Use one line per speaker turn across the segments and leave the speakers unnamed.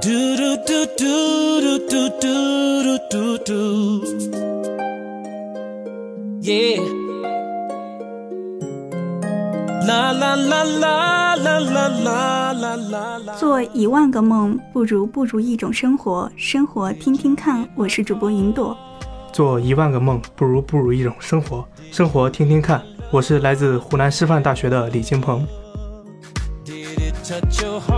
嘟嘟嘟嘟嘟嘟嘟嘟嘟嘟，Yeah，啦啦啦啦啦啦啦啦啦啦。
做一万个梦，不如不如一种生活。生活听听看，我是主播云朵。
做一万个梦，不如不如一种生活。生活听听看，我是来自湖南师范大学的李金鹏。
Did it touch your heart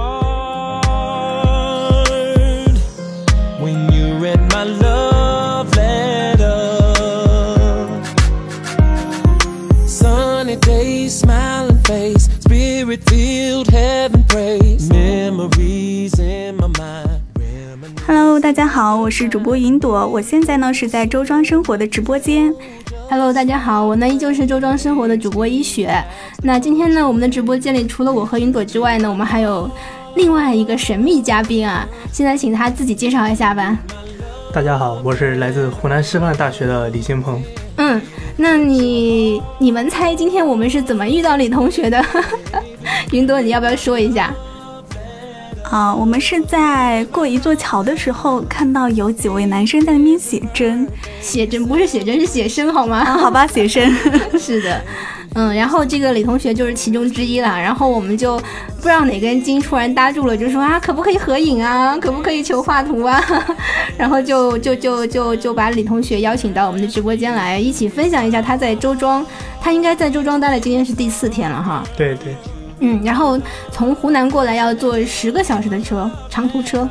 when you read my love letter? Sunny day, smiling face, spirit filled heaven praise. Memories in my mind. reminisce-
Hello，大家好，我是主播云朵，我现在呢是在周庄生活的直播间。
Hello，大家好，我呢依旧是周庄生活的主播一雪。那今天呢，我们的直播间里除了我和云朵之外呢，我们还有另外一个神秘嘉宾啊。现在请他自己介绍一下吧。
大家好，我是来自湖南师范大学的李金鹏。
嗯，那你你们猜今天我们是怎么遇到李同学的？ 云朵，你要不要说一下？
啊，我们是在过一座桥的时候，看到有几位男生在那边写真
写真不是写真，是写生好吗？
啊，好吧，写生。
是的，嗯，然后这个李同学就是其中之一了。然后我们就不知道哪根筋突然搭住了，就说啊，可不可以合影啊？可不可以求画图啊？ 然后就就就就就把李同学邀请到我们的直播间来，一起分享一下他在周庄，他应该在周庄待了今天是第四天了哈。
对对，
嗯，然后从湖南过来要坐十个小时的车，长途车。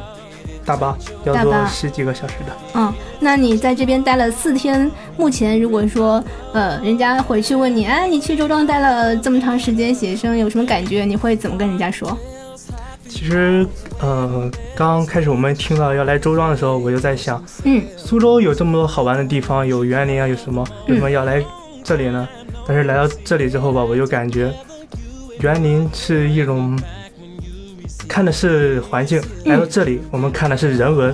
大巴要
大巴
坐十几个小时的。
嗯，那你在这边待了四天，目前如果说，呃，人家回去问你，哎，你去周庄待了这么长时间，写生有什么感觉？你会怎么跟人家说？
其实，呃，刚开始我们听到要来周庄的时候，我就在想，
嗯，
苏州有这么多好玩的地方，有园林啊，有什么，
嗯
为什么要来这里呢？但是来到这里之后吧，我就感觉园林是一种看的是环境，
嗯
来到这里、我们看的是人文。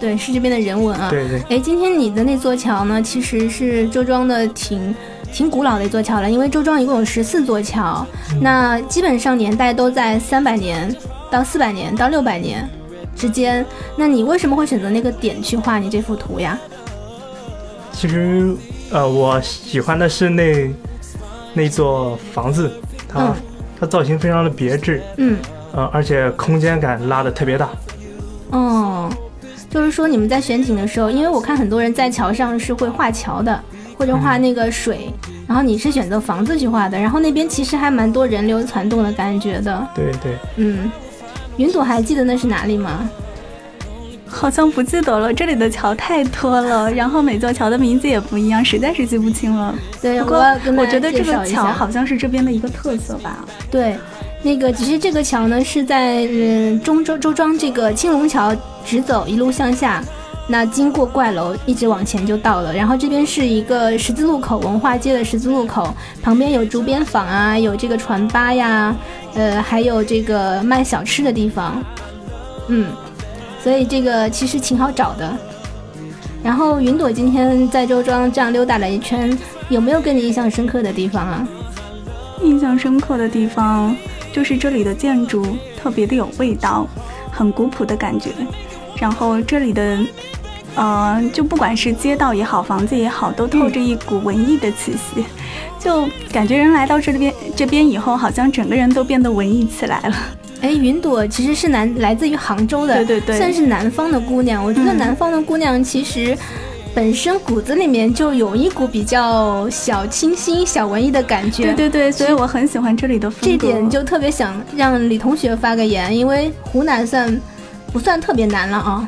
对，是这边的人文啊。
对对
哎，今天你的那座桥呢，其实是周庄的挺挺古老的一座桥了，因为周庄一共有十四座桥，那基本上年代都在三百年到四百年到六百年之间。那你为什么会选择那个点去画你这幅图呀？
其实，呃，我喜欢的是那那座房子，它、
嗯
它造型非常的别致，
嗯。
呃，而且空间感拉的特别大。
哦，就是说你们在选景的时候，因为我看很多人在桥上是会画桥的，或者画那个水，然后你是选择房子去画的，然后那边其实还蛮多人流攒动的感觉的，
对对，
嗯。云朵还记得那是哪里吗？
好像不记得了，这里的桥太多了， 然后每座桥的名字也不一样，实在是记不清了。
对，
不
我
过
要跟
我
大
觉
家
得
介
这
绍
个
一
桥
下
好像是这边的一个特色吧。
对，那个只是这个桥呢是在嗯中周周庄这个青龙桥直走一路向下，那经过怪楼一直往前就到了。然后这边是一个十字路口，文化街的十字路口，旁边有竹编坊啊，有这个船吧呀，呃，还有这个卖小吃的地方，嗯，所以这个其实挺好找的。然后云朵今天在周庄这样溜达了一圈，有没有跟你印象深刻的地方啊？
印象深刻的地方就是这里的建筑特别的有味道，很古朴的感觉。然后这里的，呃，就不管是街道也好，房子也好，都透着一股文艺的气息，就感觉人来到这边这边以后，好像整个人都变得文艺起来了。
哎，云朵其实是南来自于杭州的，
对对对
算是南方的姑娘。我觉得
嗯
南方的姑娘其实本身骨子里面就有一股比较小清新、小文艺的感觉。
对对对，所以我很喜欢这里的风
这
格。
点就特别想让李同学发个言，因为湖南算不算特别难了啊？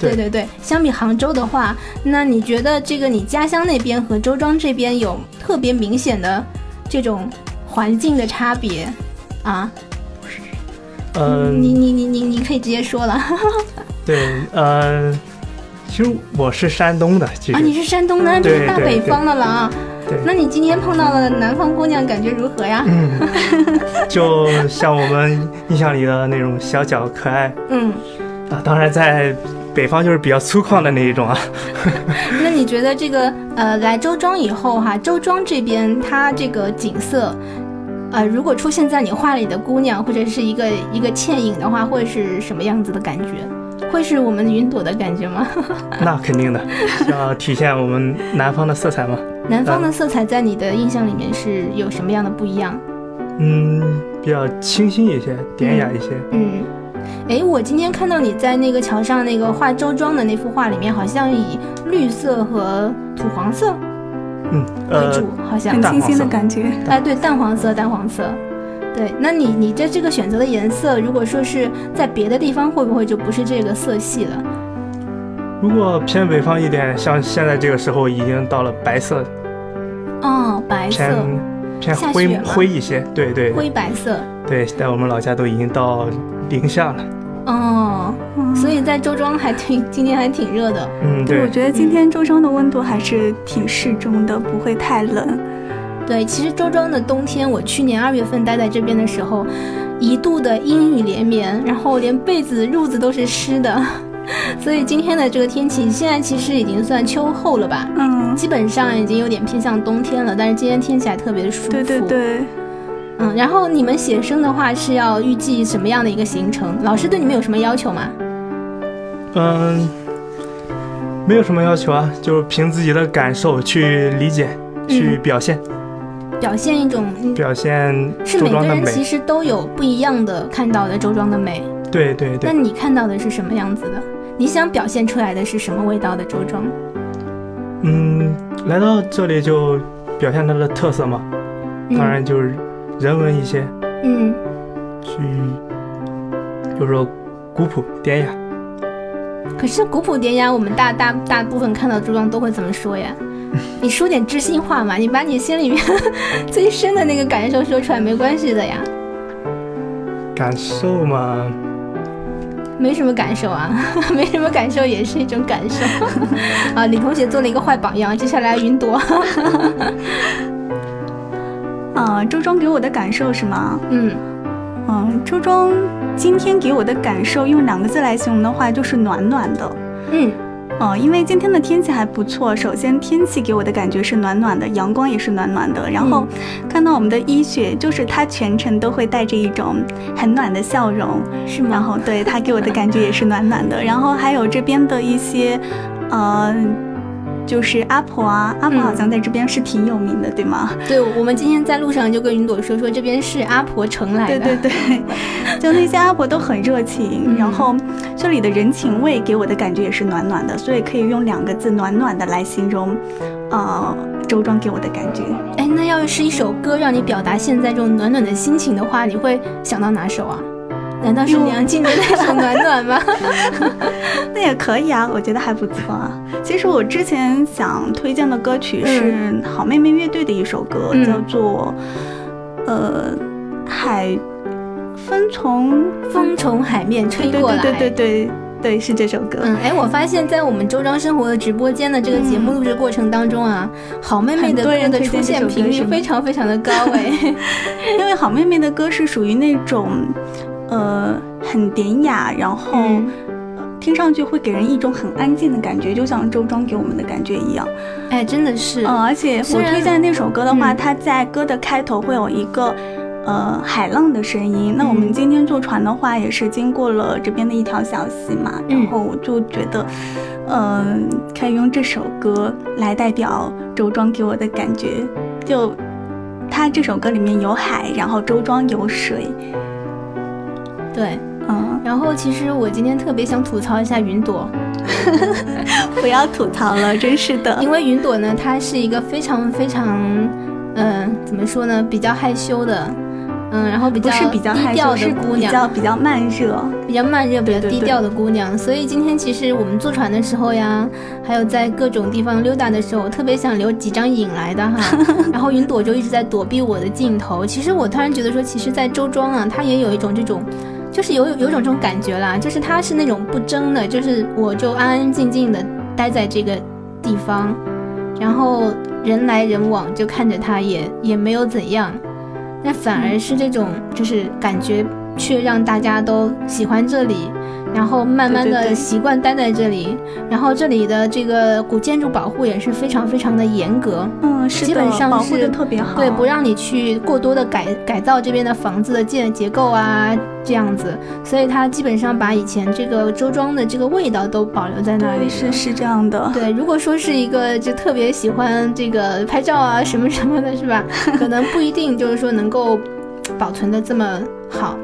对
对对，相比杭州的话，那你觉得这个你家乡那边和周庄这边有特别明显的这种环境的差别啊？
嗯、
你你你你你可以直接说了。
对，嗯、其实我是山东的，其实、
啊，你是山东的，
嗯
这是
对
大
对
北
对
方的了啊。
对
那你今天碰到了南方姑娘，感觉如何呀？
嗯，就像我们印象里的那种小巧可爱
嗯，
啊，当然在北方就是比较粗犷的那一种 啊。
嗯那你觉得这个呃，来周庄以后哈、周庄这边它这个景色，呃，如果出现在你画里的姑娘，或者是一个一个倩影的话，会是什么样子的感觉？会是我们云朵的感觉吗？
那肯定的，要体现我们南方的色彩嘛。
南
呃
方的色彩在你的印象里面是有什么样的不一样？
嗯，比较清新一些，典雅一些。
嗯，诶，我今天看到你在那个桥上那个画周庄的那幅画里面，好像以绿色和土黄色
嗯，
为
呃
主，，好像
很
淡
清
黄
新的
色
感觉。
哎，对，淡黄色，淡黄色。对，那你你在这个选择的颜色，如果说是在别的地方，会不会就不是这个色系了？
如果偏北方一点，像现在这个时候已经到了白色，
哦，白色、
偏偏
下
灰
雪吗
灰一些。对对
灰白色。
对，在我们老家都已经到零下了。
哦，
嗯
所以在周庄还挺今天还挺热的。
嗯，
对，我
对，
觉得今天周庄的温度还是挺适中的，不会太冷。
对，其实周庄的冬天，我去年二月份待在这边的时候，一度的阴雨连绵，然后连被子、褥子都是湿的。 所以今天的这个天气，现在其实已经算秋后了吧，
嗯，
基本上已经有点偏向冬天了。但是今天天气还特别的舒服。
对对。对，
嗯，然后你们写生的话是要预计什么样的一个行程？老师对你们有什么要求吗？
嗯，没有什么要求啊，就是凭自己的感受去理解，去表现，
表现一种嗯
表现
是
周
嗯每个
庄的
人
美。
其实都有不一样的看到的周庄的美。
对对
那
对，
你看到的是什么样子的？你想表现出来的是什么味道的周庄？
嗯，来到这里就表现它的特色嘛，
嗯
当然，就是人文一些，
嗯，
去就是说古朴典雅。
可是古朴典雅，我们大大大部分看到周庄都会怎么说呀？你说点知心话嘛，你把你心里面 最深的那个感受说出来，没关系的呀，
感受嘛，
没什么感受啊， 没什么感受也是一种感受啊。李同学做了一个坏榜样，接下来云朵，
啊，周庄给我的感受是吗？
嗯，
嗯，周庄今天给我的感受，用两个字来形容的话，就是暖暖的。
嗯
哦，因为今天的天气还不错。首先，天气给我的感觉是暖暖的，阳光也是暖暖的。然后，看到我们的一雪，就是她全程都会带着一种很暖的笑容。
是
然
吗？
后，对她给我的感觉也是暖暖的。然后还有这边的一些，呃，就是阿婆啊，阿婆好像在这边是挺有名的，对吗？
对，我们今天在路上就跟云朵说说，这边是阿婆城来
对
的，
对对， 就那些阿婆都很热情，
嗯
然后这里的人情味给我的感觉也是暖暖的，所以可以用两个字“暖暖的”来形容，呃，周庄给我的感觉。
哎，那要是一首歌让你表达现在这种暖暖的心情的话，你会想到哪首啊？难道是
哟
梁静茹那首《暖暖》吗？
那也可以啊，我觉得还不错啊。其实我之前想推荐的歌曲是好妹妹乐队的一首歌，
嗯
叫做呃海风从
风从海面吹
对对
过来。
对对对对，是这首歌。
嗯，哎，我发现，在我们周庄生活的直播间的这个节目录制过程当中啊，好妹妹的
嗯很
歌
多人
的
推
出
荐这
现
首
频
歌
率
是吗
非常非常的高 哎。
因为好妹妹的歌是属于那种，呃，很典雅，然后
嗯，
听上去会给人一种很安静的感觉，就像周庄给我们的感觉一样。
哎，真的是，
呃，而且
虽
我
然
推荐那首歌的话，
嗯
它在歌的开头会有一个。呃，海浪的声音。那我
嗯
们今天坐船的话，也是经过了这边的一条小溪嘛，
嗯
然后我就觉得，嗯、可以用这首歌来代表周庄给我的感觉。就它这首歌里面有海，然后周庄有水，
对。
嗯，
然后其实我今天特别想吐槽一下云朵，
不要吐槽了，真是的
因。为云朵呢，她是一个非常非常，嗯、怎么说呢，比较害羞的，嗯，然后比较
不是比较
低
害
调
羞，
的
是
姑
比
娘，
较比较慢热。
比较慢热、比较
对
低
对
调的姑娘。所以今天其实我们坐船的时候呀，还有在各种地方溜达的时候，我特别想留几张影来的 哈。然后云朵就一直在躲避我的镜头。其实我突然觉得说，其实，在周庄啊，她也有一种这种。就是有有种这种感觉啦，就是她是那种不争的，就是我就安安静静的待在这个地方，然后人来人往，就看着他也也没有怎样，那反而是这种就是感觉却让大家都喜欢这里，然后慢慢
对对
的
对
习惯待在这里，然后这里的这个古建筑保护也是非常非常的严格，
嗯，是的，
基本上
保护
是
的特别好，
对，不让你去过多的改改造这边的房子的建结构啊这样子，所以它基本上把以前这个周庄的这个味道都保留在那里
对
了。
是是这样的，
对，如果说是一个就特别喜欢这个拍照啊什么什么的，是吧？可能不一定就是说能够保存的这么好，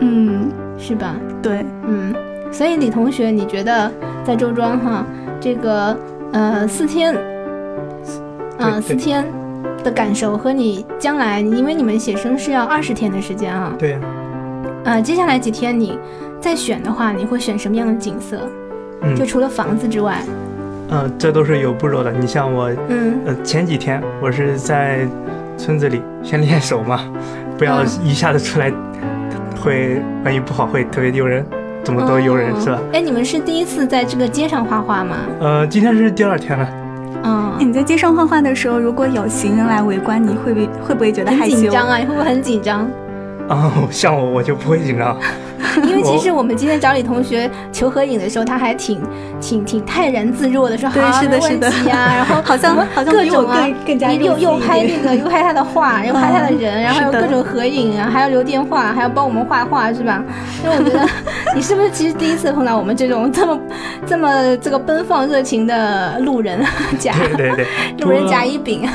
嗯，
是吧？
对，
嗯，所以李同学，你觉得在周庄哈这个呃四天，嗯、
对
四
对
天的感受和你将来，因为你们写生是要二十天的时间啊，
对，
呃，接下来几天你再选的话，你会选什么样的景色？
嗯
就除了房子之外，
嗯、这都是有步骤的。你像我，
嗯
呃，前几天我是在村子里先练手嘛，不要
嗯
一下子出来会，万一不好会特别丢人，怎么都丢人、
哦
是吧？？
哎，你们是第一次在这个街上画画吗？
呃，今天是第二天了，
嗯，
哎你在街上画画的时候，如果有行人来围观，你会不会会不会觉得害
很
羞？
紧张啊，你会不会很紧 张？
啊、 像我我就不会紧张，
因为其实我们今天找李同学求合影的时候，他还挺挺挺泰然自若的，说好、
对
啊，
是的
没问 题啊，然后
好像好像
各
比我
种啊
更更加
又又
入戏
又
一
拍
点
那个，又拍他的画，又拍他的人，然后还有
是的
各种合影啊，还要留电话，还要帮我们画画，是吧？因为我 觉得你是不是其实第一次碰到我们这种这么这么这个奔放热情的 路人甲
对对对，
路
啊
人甲乙丙，啊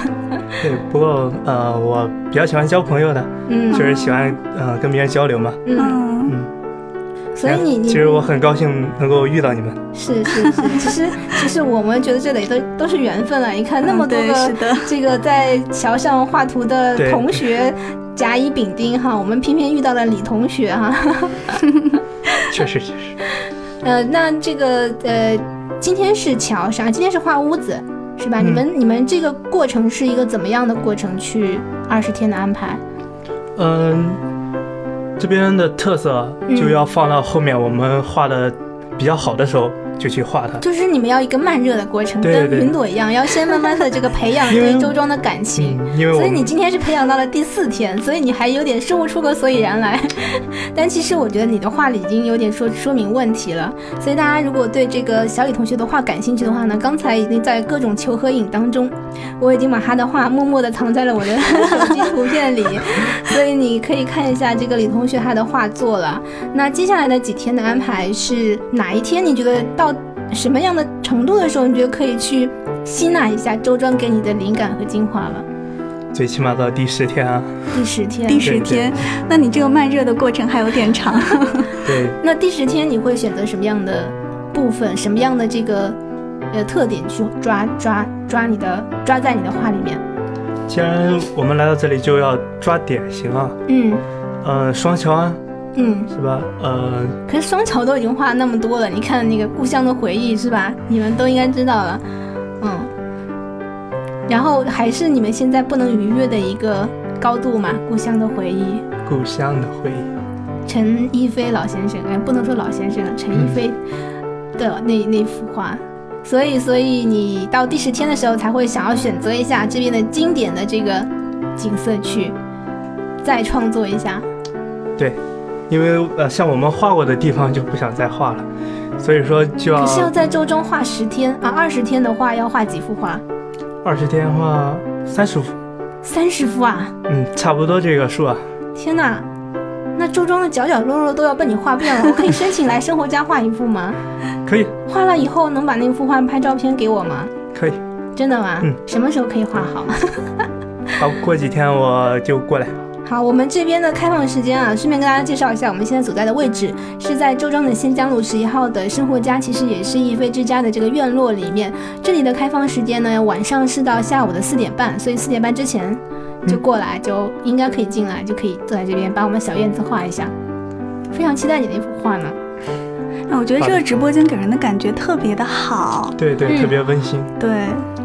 对，不过呃，我比较喜欢交朋友的，
嗯
就是喜欢呃跟别人交流嘛。
嗯，
嗯，
所以你你
其实我很高兴能够遇到你们。
是 是是，其实其实我们觉得这里都都是缘分啊！你看那么多
嗯对是
个
的，
这个在桥上画图的
对
同学，甲乙丙丁哈，我们偏偏遇到了李同学哈。
确实确实，
呃，那这个呃，今天是桥上，今天是画屋子是吧？
嗯
你们你们这个过程是一个怎么样的过程？去二十天的安排？
嗯，这边的特色
嗯
就要放到后面我们画的比较好的时候就去画它。
就是你们要一个慢热的过程，
对对对
跟云朵一样，要先慢慢的这个培养
因为
对周庄的感情。
嗯，因为我
所以
们
你今天是培养到了第四天，所以你还有点说不出个所以然来。 但其实我觉得你的画里已经有点说说明问题了。所以大家如果对这个小李同学的画感兴趣的话呢，刚才已经在各种求合影当中，我已经把他的画默默地藏在了我的 手机图 片里，所以你可以看一下这个李同学他的画作了。那接下来的几天的安排是哪一天？你觉得到什么样的程度的时候，你觉得可以去吸纳一下周庄给你的灵感和精华了？
最起码到第十天啊，
第十天，
第十
对对
天，那你这个慢热的过程还有点 长。
对，
那第十天你会选择什么样的部分，什么样的这个呃特点去抓抓抓你的抓在你的画里面？
既然我们来到这里，就要抓典型啊，
嗯
呃，双桥啊，
嗯。
是吧？呃，
可是双桥都已经画那么多了，你看那个故乡的回忆是吧？ 你们都应该知道了，嗯。然后还是你们现在不能逾越的一个高度嘛，故乡的回忆。
故乡的回忆，
陈逸飞老先生，哎，不能说老先生了，陈逸飞的那那幅画。所以，所以你到第十天的时候才会想要选择一下这边的经典的这个景色去再创作一下。
因为呃，像我们画过的地方就不想再画了，所以说就
可
要
是要在周中画十天啊，二十天的话要画几幅画？
二十天的话，三十幅，
三十幅啊！
嗯，差不多这个数啊。
天哪，那周庄的角角落落都要被你画遍了。我可以申请来生活家画一幅吗？
可以，
画了以后能把那幅画拍照片给我吗？
可以。
真的吗？
嗯
什么时候可以画好？
好，过几天我就过来。
好，我们这边的开放时间啊，顺便跟大家介绍一下，我们现在所在的位置是在周庄的新疆路十一号的生活家，其实也是一菲之家的这个院落里面。这里的开放时间呢，晚上是到下午的四点半，所以四点半之前就过来，就应该可以进来，就可以坐在这边把我们小院子画一下。非常期待你的一幅画呢。
哎那我觉得这个直播间给人的感觉特别的好，
对对，
嗯
特别温馨。
对，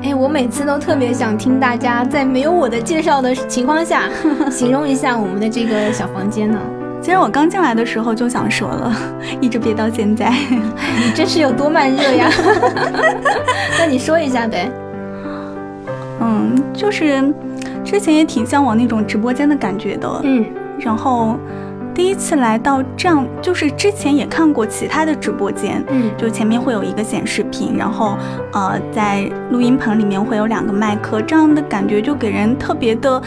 哎，我每次都特别想听大家在没有我的介绍的情况下，形容一下我们的这个小房间呢。
其实我刚进来的时候就想说了， 一直憋到现在。
你这是有多慢热呀？那你说一下呗。
嗯，就是之前也挺向往那种直播间的感觉的，
嗯
然后第一次来到这样，就是之前也看过其他的直播间，
嗯
就前面会有一个显示屏，然后呃，在录音棚里面会有两个麦克，这样的感觉就给人特别的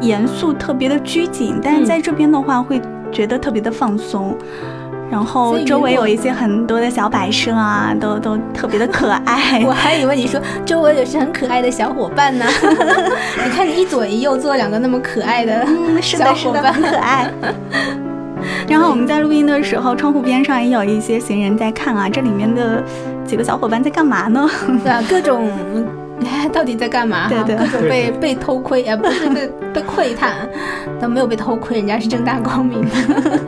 严肃，特别的拘谨。
嗯
但是在这边的话，会觉得特别的放松。然
所
后
以
周围
如
有
果
一些很多的小摆设啊，都都特别的可爱
我。还以为你说周围也是很可爱的小伙 伴呢，你看你一左一右坐两个那么可爱 的，
嗯，是
小
的，
伙
是的，
伴
很可 爱。然后我们在录音的时候，窗户边上也有一些行人在看啊，这里面的几个小伙伴在干嘛呢？
对吧？各种。哎到底在干嘛哈？
嗯对对
各种被被偷窥，哎，不是被被窥探，但没有被偷窥，人家是正大光明 的。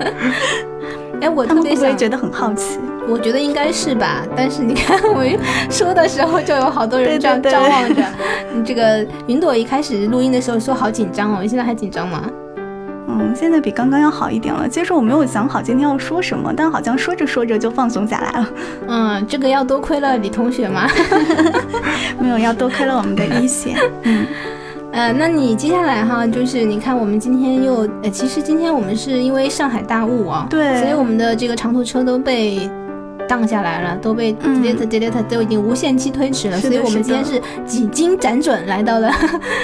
哎，我
他
特
们会
别
不会
想，
觉得很好奇？
我觉得应该是吧。但是你看，我一说的时候就有好多人
对
这样
对对
张望着。 你这个云朵一开始录音的时候说好紧张哦，你现在还紧张吗？
嗯，现在比刚刚要好一点了。其实我没有想好今天要说什么，但好像说着说着就放松下来了。
嗯，这个要多亏了李同学嘛。
没有，要多亏了我们的一贤。
呃，那你接下来哈，就是你看我们今天又，呃，其实今天我们是因为上海大雾啊、
对
所以我们的这个长途车都被。荡下来了，都被
嗯
delete delete 都已经无限期推迟了，
是
所
的
以我们今天
是
是几经辗转来到了，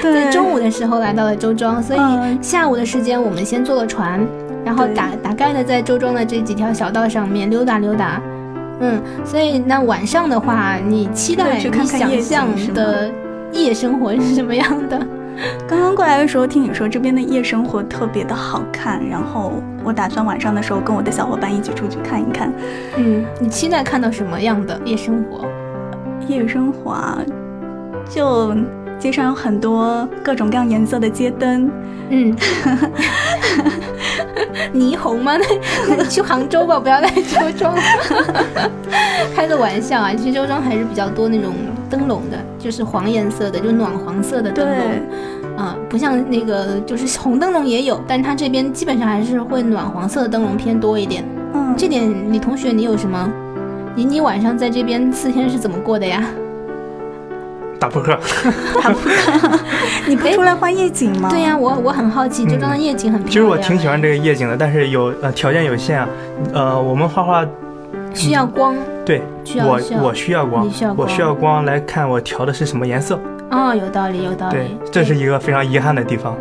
在
对，
中午的时候来到了周庄，所以
嗯
下午的时间我们先坐了船，然后
对
打大概的在周庄的这几条小道上面溜达溜达，嗯，所以那晚上的话，你期待
对去看看
你
夜
想
景是吗
象的夜生活是什么样 的？
刚刚过来的时候，听你说这边的夜生活特别的好看，然后我打算晚上的时候跟我的小伙伴一起出去看一看。
嗯，你期待看到什么样的夜生活？
夜生活啊，就街上有很多各种各样颜色的街灯，
嗯，霓虹吗？ 那你去杭州吧，不要来周 庄。开个玩笑啊，其实周庄还是比较多那种灯笼的，就是黄颜色的，就暖黄色的灯笼
对。，
啊、不像那个就是红灯笼也有，但它这边基本上还是会暖黄色的灯笼偏多一点。
嗯，
这点李同学，你有什么？你你晚上在这边四天是怎么过的呀？
打扑克，
你不
哎
出来画夜景吗？
对呀、我我很好奇，周庄的夜景很漂
嗯
亮。
其实我挺喜欢这个夜景的，但是有呃条件有限啊，呃，我们画画
需要光
嗯对
需要
我
需要
我需要光
你需要，
我
光
需要光来看我调的是什么颜色，
哦，有道理，有道
对
理，，
这是一个非常遗憾的地方。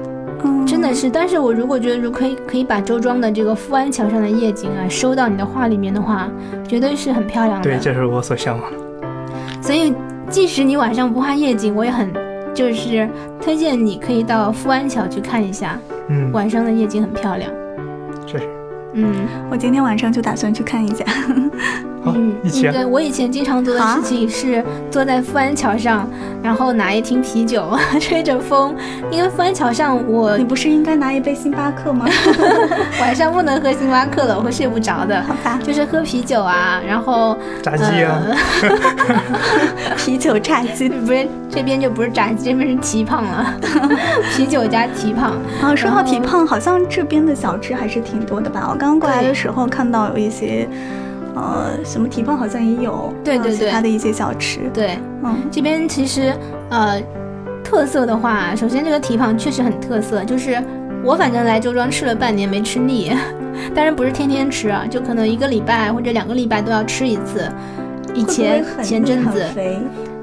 嗯，
真的是。但是我如果觉得，如果可以可以把周庄的这个富安桥上的夜景啊收到你的画里面的话，绝对是很漂亮的。
对，这是我所向往的。
所以即使你晚上不画夜景，我也很就是推荐你可以到富安桥去看一下，
嗯，
晚上的夜景很漂亮。
确实。
嗯，
我今天晚上就打算去看一下。
好
嗯，
一起
嗯
啊
对我以前经常做的事情是坐在富安桥上，然后拿一听啤酒，吹着风，因为富安桥上我
你不是应该拿一杯星巴克 吗？
晚上不能喝星巴克的，我会睡不着的。
好吧，
就是喝啤酒啊，然后
炸鸡啊，
呃
啤酒炸鸡。
不是这边就不是炸鸡，这边是蹄胖了，啤酒加蹄胖。
啊，说到
然后
蹄胖，好像这边的小吃还是挺多的吧？我刚刚过来的时候看到有一些，呃，什么蹄胖好像也有，
对
还有
对
其
对
他的一些小吃，
对，
嗯，
这边其实呃，特色的话，首先这个蹄膀确实很特色，就是我反正来周庄吃了半年没吃腻， 当然不是天天吃啊，就可能一个礼拜或者两个礼拜都要吃一次。以前
会不会很
前阵子
很，肥，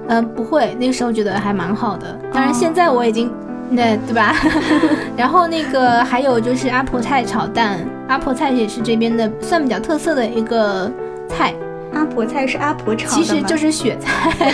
呃，不会，那个时候觉得还蛮好的。当然
哦
现在我已经，那、对吧？ 然后那个还有就是阿婆菜炒蛋，阿婆菜也是这边的算比较特色的一个菜。
阿婆菜是阿婆炒的
其
吗，
实就是雪菜。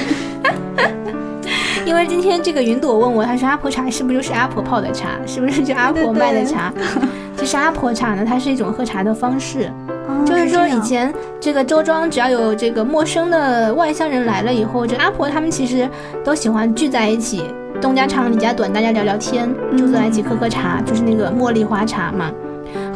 因为今天这个云朵问我，她说阿婆茶是不是就是阿婆泡的茶？是不是就阿婆卖的茶？ 就是阿婆茶呢，它是一种喝茶的方式。
哦
就是说
这样
以前这个周庄只要有这个陌生的外乡人来了以后，这阿婆他们其实都喜欢聚在一起，东家长李家短，大家聊聊天，就坐在一
嗯
起喝喝茶，就是那个茉莉花茶嘛。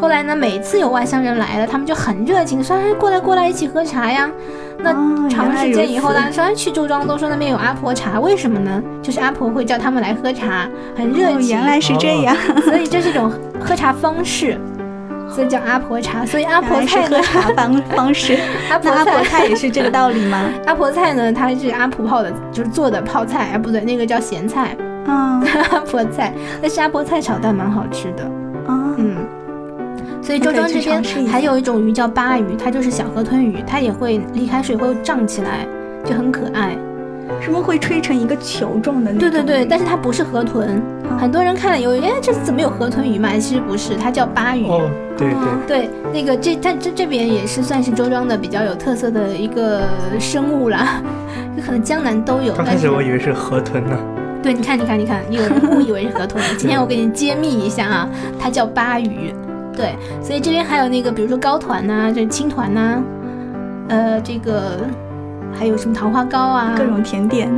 后来呢，每次有外乡人来了，他们就很热情，说：“哎，过来过来，一起喝茶呀。”那
哦
长时间以后，
原
大
来如
家
此
说哎去周庄都说那边有阿婆茶，为什么呢？就是阿婆会叫他们来喝茶，很热情。
哦原来是这样，
所以这是一种喝茶方式，
哦
所以叫阿婆茶。所以阿
阿
婆菜呢
喝，茶方方 式，那
阿婆
阿婆
菜，
菜也是这个道理吗？
阿婆菜呢，它是阿婆泡的，就是做的泡菜，哎不对，那个叫咸菜，
嗯
阿婆菜。但是阿婆菜炒蛋蛮好吃的，
啊，
嗯。所以周庄这
可以去尝试一
边
下
还有一种鱼叫巴鱼，它就是小河豚鱼，它也会离开水会胀起来，就很可爱。
是不是会吹成一个球状的那
对
种？嗯啊
对对，但是它不是河豚，很多人看了以后，哎，这怎么有河豚鱼嘛？其实不是，它叫巴鱼。
哦，对
嗯啊
对，
对，那个这它这这边也是算是周庄的比较有特色的一个生物啦， 就可能江南都有。
刚开
但
始
是
我以为是河豚呢，
对，你看，你看，你看，有人误以为是河豚。今天我给你揭秘一下啊，它叫巴鱼。对，所以这边还有那个，比如说高团呐、这青团呐、呃，这个还有什么桃花糕啊，
各种甜点，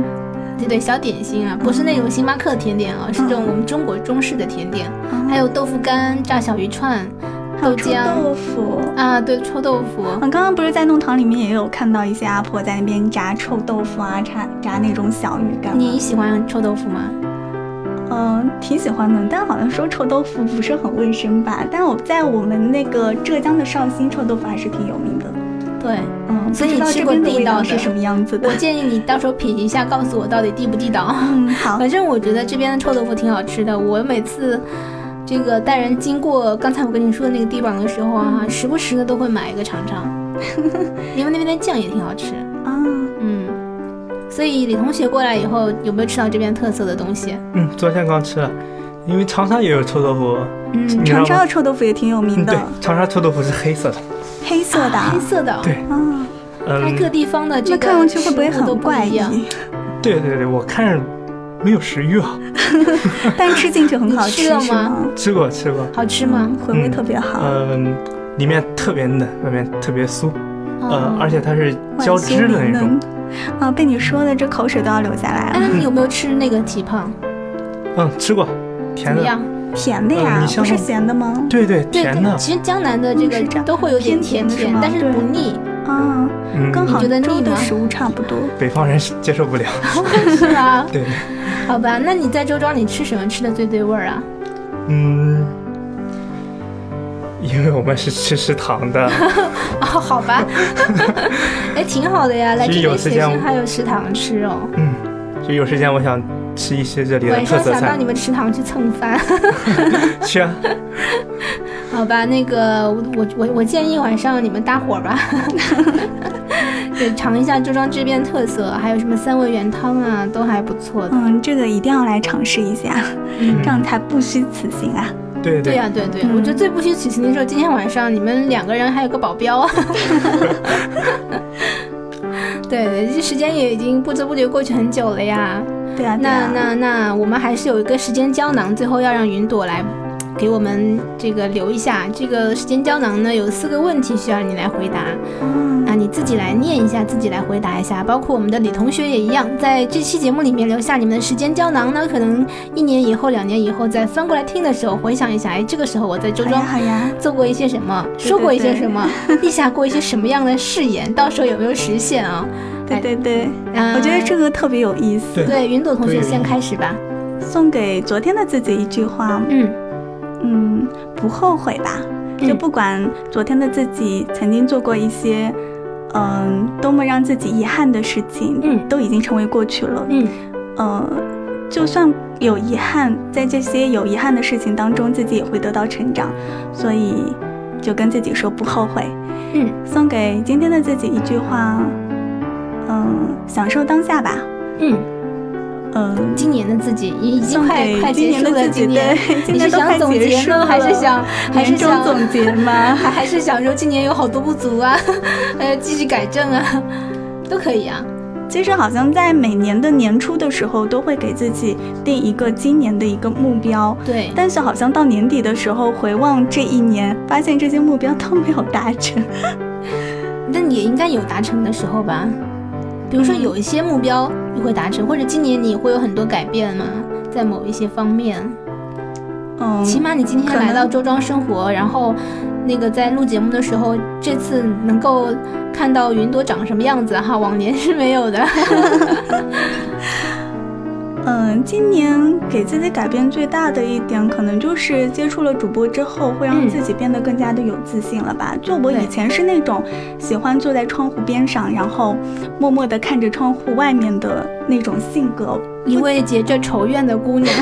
对对小点心啊，不是那种星巴克甜点啊，是这
嗯
种我们中国中式的甜点，还有豆腐干、炸小鱼串
啊还有
豆
臭
浆
豆腐。
啊，对，臭豆腐。
嗯，刚刚不是在弄堂里面也有看到一些阿婆在那边炸臭豆腐啊，炸炸那种小鱼干。
你喜欢臭豆腐吗？
嗯，挺喜欢的，但好像说臭豆腐不是很卫生吧？但我在我们那个浙江的绍兴，臭豆腐还是挺有名的。
对，
嗯，不
所以
知
你
道
吃
这
过
边的
地
味
道
道
的
是什么样子的
我。建议你到时候品一下，告诉我到底地不地道。
嗯，好，
反正我觉得这边的臭豆腐挺好吃的。我每次这个带人经过刚才我跟你说的那个地方的时候
嗯
啊，时不时的都会买一个尝 尝。你们那边的酱也挺好吃，
啊，
嗯。所以李同学过来以后，有没有吃到这边特色的东西？
嗯，昨天刚吃了，因为长沙也有臭豆腐，
嗯，
你知道
长沙
吗
的？臭豆腐也挺有名
嗯，对
的，，
长沙臭豆腐是黑色的，
黑色的啊
黑。色的哦，
对
啊，
它
嗯，
各地方的这
那
个
看上去会不会
食物
很
都不
怪
一
异？
样？
对对对，我看着没有食欲啊，
但吃进去很好
你吃
吃，
了
是
吗
吗？嗯
吃过吃过，
好吃吗？
回味特别好，
嗯，里面特别嫩，外面特别酥，呃
嗯，
而且它是
外
交
酥
织的
里
那种
嫩，。啊，被你说的这口水都要流下来
哎，
了，
那你有没有吃那个蹄膀？
嗯，吃过，
怎
甜
么
的，
样？
甜的
呃
呀
你，像
不是咸的吗？
对对，
对，
甜的
对，其实江南的
嗯
这
是这
个
样
都会有点
偏甜
甜
的是
甜，
吗
但是不腻，
啊，
嗯，
跟
你觉
杭
得
州
腻吗
的食物差不多。
北方人是接受不了，
是啊吧？
对，
好吧，那你在周庄你吃什么吃的最对味儿啊？
嗯，因为我们是吃食堂 的，
哦，好吧， 哎，挺好的呀，来这
其实有
边
时
学
间
生还有食堂吃哦。
嗯，就有时间我想吃一些这里的
晚
特
上
色
想到
菜
你，们食堂去蹭饭，
去啊，
好吧？那个，我我我建议晚上你们搭伙儿吧， 对，尝一下周庄这边特色，还有什么三味原汤啊，都还不错的。
嗯，这个一定要来尝试一下，
嗯
嗯
这样才不虚此行啊！
对
对嗯呀、对对，我觉得最不虚此行的时候，今天晚上你们两个人还有个保镖啊。 对对，这时间也已经不知不觉过去很久了呀。
对啊，对
那
啊
那那，我们还是有一个时间胶囊，最后要让云朵来给我们这个留一下。这个时间胶囊呢，有四个问题需要你来回答，
嗯
啊，你自己来念一下，自己来回答一下。包括我们的李同学也一样，在这期节目里面留下你们的时间胶囊呢，可能一年以后、两年以后再翻过来听的时候，回想一下，哎，这个时候我在周
好呀
庄。
好呀，
做过一些什么，
对
说过一些
对
什么，立下过一些什么样的誓言，到时候有没有实现啊？
对对对，
嗯，
我觉得这个特别有意思。
对
对云朵同学先开始吧。
送给昨天的自己一句话，
嗯，
嗯，不后悔吧？
嗯
就不管昨天的自己曾经做过一些，嗯，多么让自己遗憾的事情，
嗯
都已经成为过去了。
嗯
呃，就算有遗憾，在这些有遗憾的事情当中，自己也会得到成长，所以就跟自己说不后悔。
嗯，
送给今天的自己一句话，嗯、享受当下吧。
嗯，
嗯、
今年的自己已已经
送
快
给
快
今
结
年
束
的
了，
自己，
今年
对， 今
你是
年都
想
快
总
结
结
束
呢，
了，
还是想还是
年终
想
总结吗？
还还是想说今年有好多不足啊， 还要继续改正啊， 都可以啊。
其实好像在每年的年初的时候，都会给自己定一个今年的一个目标，
对，
但是好像到年底的时候回望这一年，发现这些目标都没有达成。
但也应该有达成的时候吧。比如说
嗯
有一些目标你会达成，或者今年你会有很多改变嘛，在某一些方面。
嗯，
起码你今天
可能
来到周庄生活，然后那个在录节目的时候，这次能够看到云朵长什么样子哈， 往年是没有的。
嗯，今年给自己改变最大的一点，可能就是接触了主播之后，会让
嗯
自己变得更加的有自信了吧。就我
对
以前是那种喜欢坐在窗户边上，然后默默地看着窗户外面的那种性格，
一位结着仇怨的姑娘，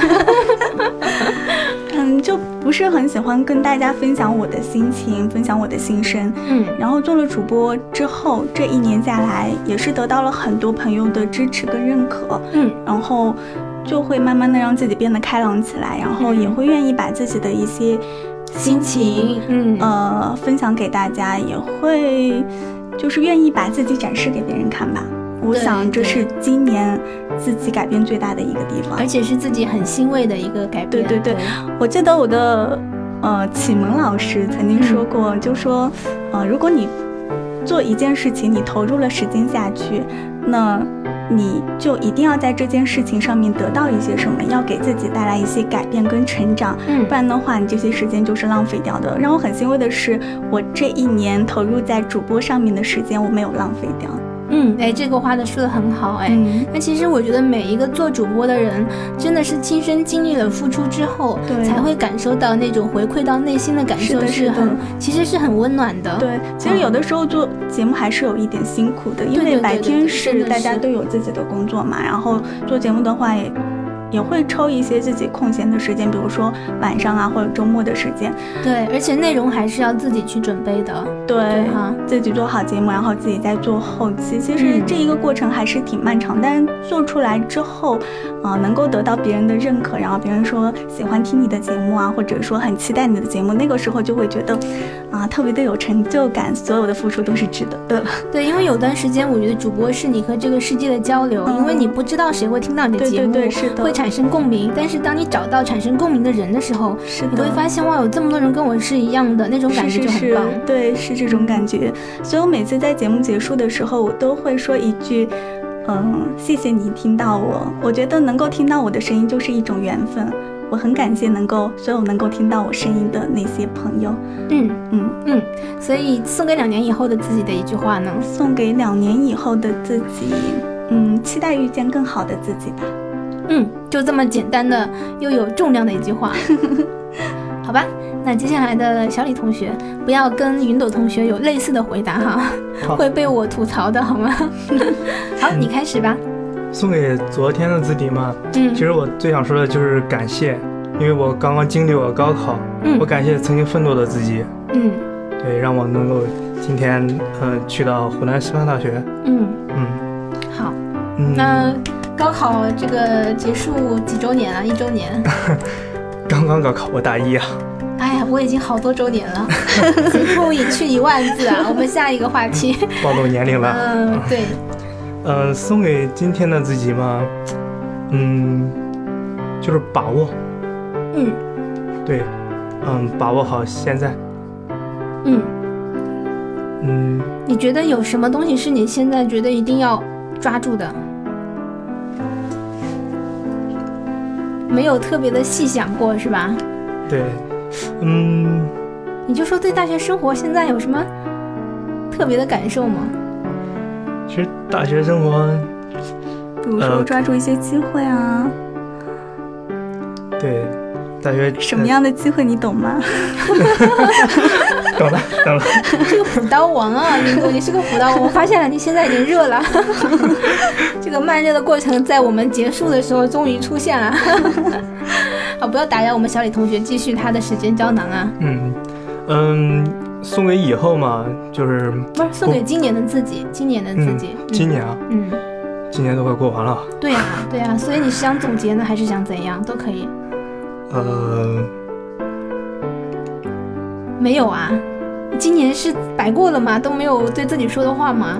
嗯，就不是很喜欢跟大家分享我的心情，分享我的心声。
嗯
然后做了主播之后，这一年下来也是得到了很多朋友的支持跟认可，
嗯
然后就会慢慢的让自己变得开朗起来，然后也会愿意把自己的一些心情，
嗯
呃，分享给大家，也会就是愿意把自己展示给别人看吧。我
对
想这
对
是今年自己改变最大的一个地方
而。且是自己很欣慰的一个改变。
对对对我记得我的呃启蒙老师曾经说过，就说呃如果你做一件事情，你投入了时间下去，那你就一定要在这件事情上面得到一些什么，要给自己带来一些改变跟成长，
嗯
不然的话，你这些时间就是浪费掉的。让我很欣慰的是，我这一年投入在主播上面的时间，我没有浪费掉。
嗯，哎，这个话的说的很好，哎。
嗯，
那其实我觉得每一个做主播的人，真的是亲身经历了付出之后，
对
才会感受到那种回馈到内心的感
是
受
的是的
很，其实是很温暖的。
对，其实有的时候做节目还是有一点辛苦的，因
对对
为
对
白
对
天
对
是
真的
大家
是
都有自己的工作嘛，然后做节目的话也也会抽一些自己空闲的时间，比如说晚上啊或者周末的时间，
对而且内容还是要自己去准备的。
对
哈
自己做好节目，然后自己再做后期。其实
嗯
这一个过程还是挺漫长，但是做出来之后，啊、能够得到别人的认可，然后别人说喜欢听你的节目啊，或者说很期待你的节目，那个时候就会觉得啊、特别的有成就感，所有的付出都是值得的。
对，因为有段时间我觉得主播是你和这个世界的交流，
嗯
因为你不知道谁会听到你的
对
节
对
目，
对，是的，
会产生共鸣。但是当你找到产生共鸣的人的时候，
是
你
的
会发现哇，有这么多人跟我是一样的，那种感觉
是
就很
是
棒。
是，对，是这种感觉。所以我每次在节目结束的时候，我都会说一句。嗯，谢谢你听到我。我觉得能够听到我的声音就是一种缘分，我很感谢能够所有能够听到我声音的那些朋友。
嗯
嗯，
嗯，所以送给两年以后的自己的一句话呢？
送给两年以后的自己，嗯，期待遇见更好的自己吧。
嗯，就这么简单的又有重量的一句 话，好吧？那接下来的小李同学，不要跟云朵同学有类似的回答哈，
好
会被我吐槽的 好吗？好，你开始吧。
送给昨天的自己嘛，
嗯
其实我最想说的就是感谢，因为我刚刚经历我高考，
嗯
我感谢曾经奋斗的自己，
嗯
对，让我能够今天呃去到湖南师范大学，
嗯，
嗯
好。
嗯，
那高考这个结束几周年啊？一周年？
刚刚高考，我大一啊，
哎呀，我已经好多周年了，此处已去一万字啊！我们下一个话题。
暴露年龄了。
嗯，对，
嗯、送给今天的自己嘛，嗯，就是把握，
嗯。
对，嗯，把握好现在，
嗯，
嗯，
你觉得有什么东西是你现在觉得一定要抓住的？没有特别的细想过是吧？
对，嗯，
你就说对大学生活现在有什么特别的感受吗？
其实大学生活，
比如说
呃
抓住一些机会啊，
对，大学
什么？样的机会你懂吗？
呃懂了， 懂了。
这个补刀王啊，林总，你是个补刀 王，我发现了，你现在已经热 了。这个慢热的过程在我们结束的时候终于出现 了。好，不要打扰我们小李同学继续他的时间胶囊啊，
嗯嗯，送给以后嘛，就是
不是送给今年的自己，今年的自
嗯
己，，
今年啊，
嗯。嗯
今年都快过完了，
对啊，对啊，所以你是想总结呢，还是想怎样都可以？
呃，
没有啊，今年是白过了吗？都没有对自己说的话吗？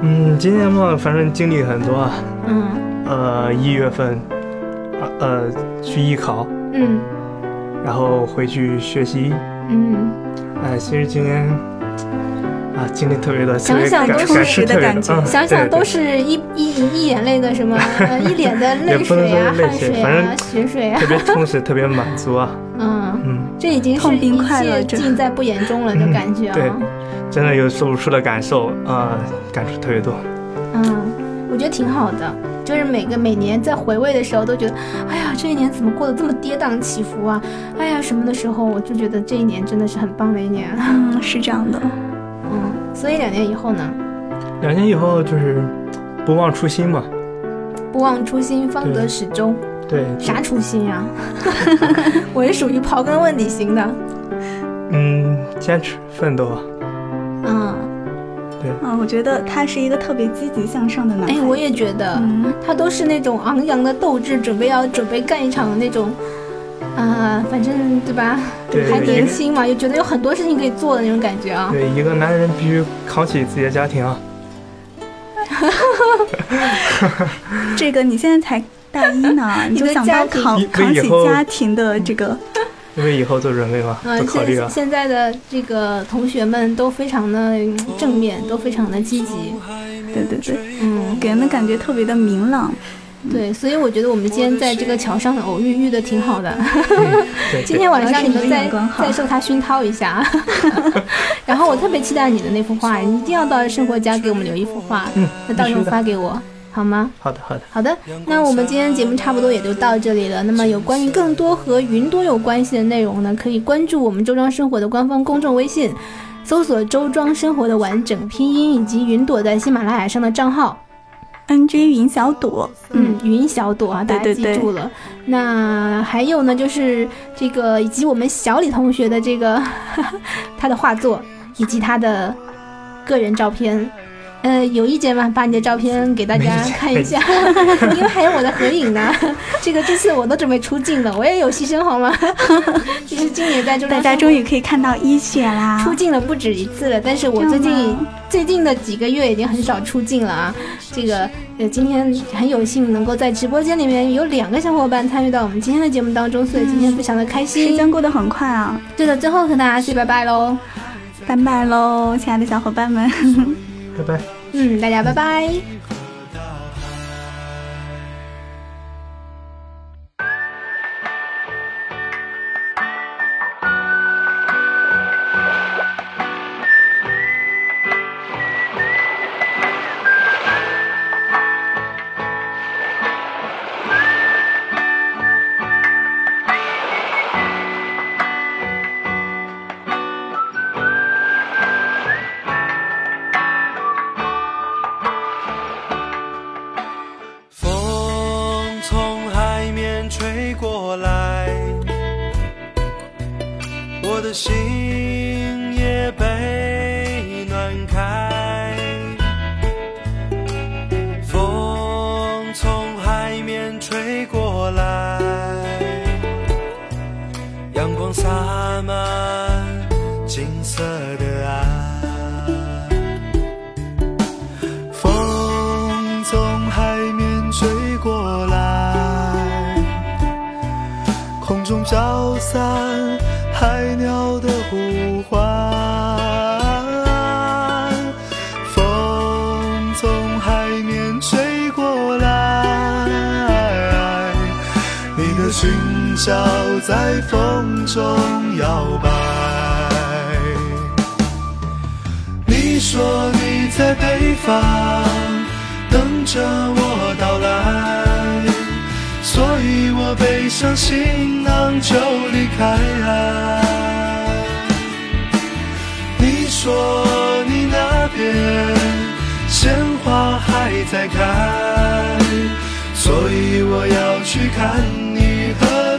嗯，今年嘛，反正经历很多啊，
嗯
呃，一月份，呃，呃去艺考，
嗯
然后回去学习，
嗯，
哎，其实今年啊，经历特别多，特别
想想
感
都
感
充
触
实的
特别
感觉
嗯
想
对
想
对
都是一一一眼泪的 什么，呃一脸的
也
泪
不能
水啊、
说是
汗
泪水
水啊、
反正
血水啊，
特别充实，特别满足啊，
嗯，
嗯，
这已经是
痛并
一
快乐
切
着
尽在不言中了的感 觉
对
啊。
真的有说不出的感受啊、感触特别多，
嗯，我觉得挺好的，就是每个每年在回味的时候都觉得，哎呀，这一年怎么过得这么跌宕起伏啊？哎呀，什么的时候，我就觉得这一年真的是很棒的一年。啊
嗯，是这样的。
嗯，所以两年以后呢，
两年以后就是不忘初心嘛，
不忘初心，方得
对
始终。
对，
啥初心啊？ 我是属于刨根问底型的。
嗯，坚持奋斗啊，
嗯，
嗯，我觉得他是一个特别积极向上的男孩
哎，
子。
我也觉得，
嗯，
他都是那种昂扬的斗志，准备要准备干一场的那种，啊、反正对吧？
对
还
一
年
个
轻嘛，就觉得有很多事情可以做的那种感觉啊。
对一个男人必须扛起自己的家庭啊，
这个你现在才大一 呢，你就
的
想
家
到
庭
扛
以为
扛
以
起
后
家庭的这个，
因为以后做准备嘛，
嗯、
做考虑
现
啊，
现在的这个同学们都非常的嗯正面，都非常的积极，
对对对，
嗯，
给人的感觉特别的明朗。
对，所以我觉得我们今天在这个桥上偶遇遇的挺 好的。
嗯对
今
对
天晚上你们
主要是你的
再
眼光好
再受他熏陶一下，然后我特别期待你的那幅画，你一定要到生活家给我们留一幅画，
嗯
那到时
必
候
须的
发给我好吗？
好的好的，
好的，那我们今天节目差不多也就到这里了。那么有关于更多和云朵有关系的内容呢，可以关注我们周庄生活的官方公众微信，搜索“周庄生活”的完整拼音以及云朵在喜马拉雅上的账号。
NG 云小朵，
嗯
嗯，，
云小朵啊，大家
对
记
对
住了。那还有呢，就是这个以及我们小李同学的这个 他的画作以及他的个人照片。呃，有意见吗？把你的照片给大家
没意见
看一下，因为还有我的合影呢。这个这次我都准备出镜了，我也有牺牲好吗？ 就是今年在中
大家终于可以看到一雪啦
出。镜了不止一次了，但是我最
这样
近
吗
最近的几个月已经很少出镜了啊。这个呃，今天很有幸能够在直播间里面有两个小伙伴参与到我们今天的节目当中，所以今天非常的开
时
心。
间过得很快啊，
对的，最后和大家 say 拜拜喽。
拜拜喽，亲爱的小伙伴们。
拜拜。
嗯，大家拜拜。
风从海面吹过来，我的心也被暖开。风从海面吹过来，阳光洒满金色的岸。风从海面吹过来，空中飘散海鸟的呼唤。风从海面吹过来，你的裙角在风中摇摆。你说你在北方等着我到来，所以我背上行囊就离开。你说你那边鲜花还在开，所以我要去看你和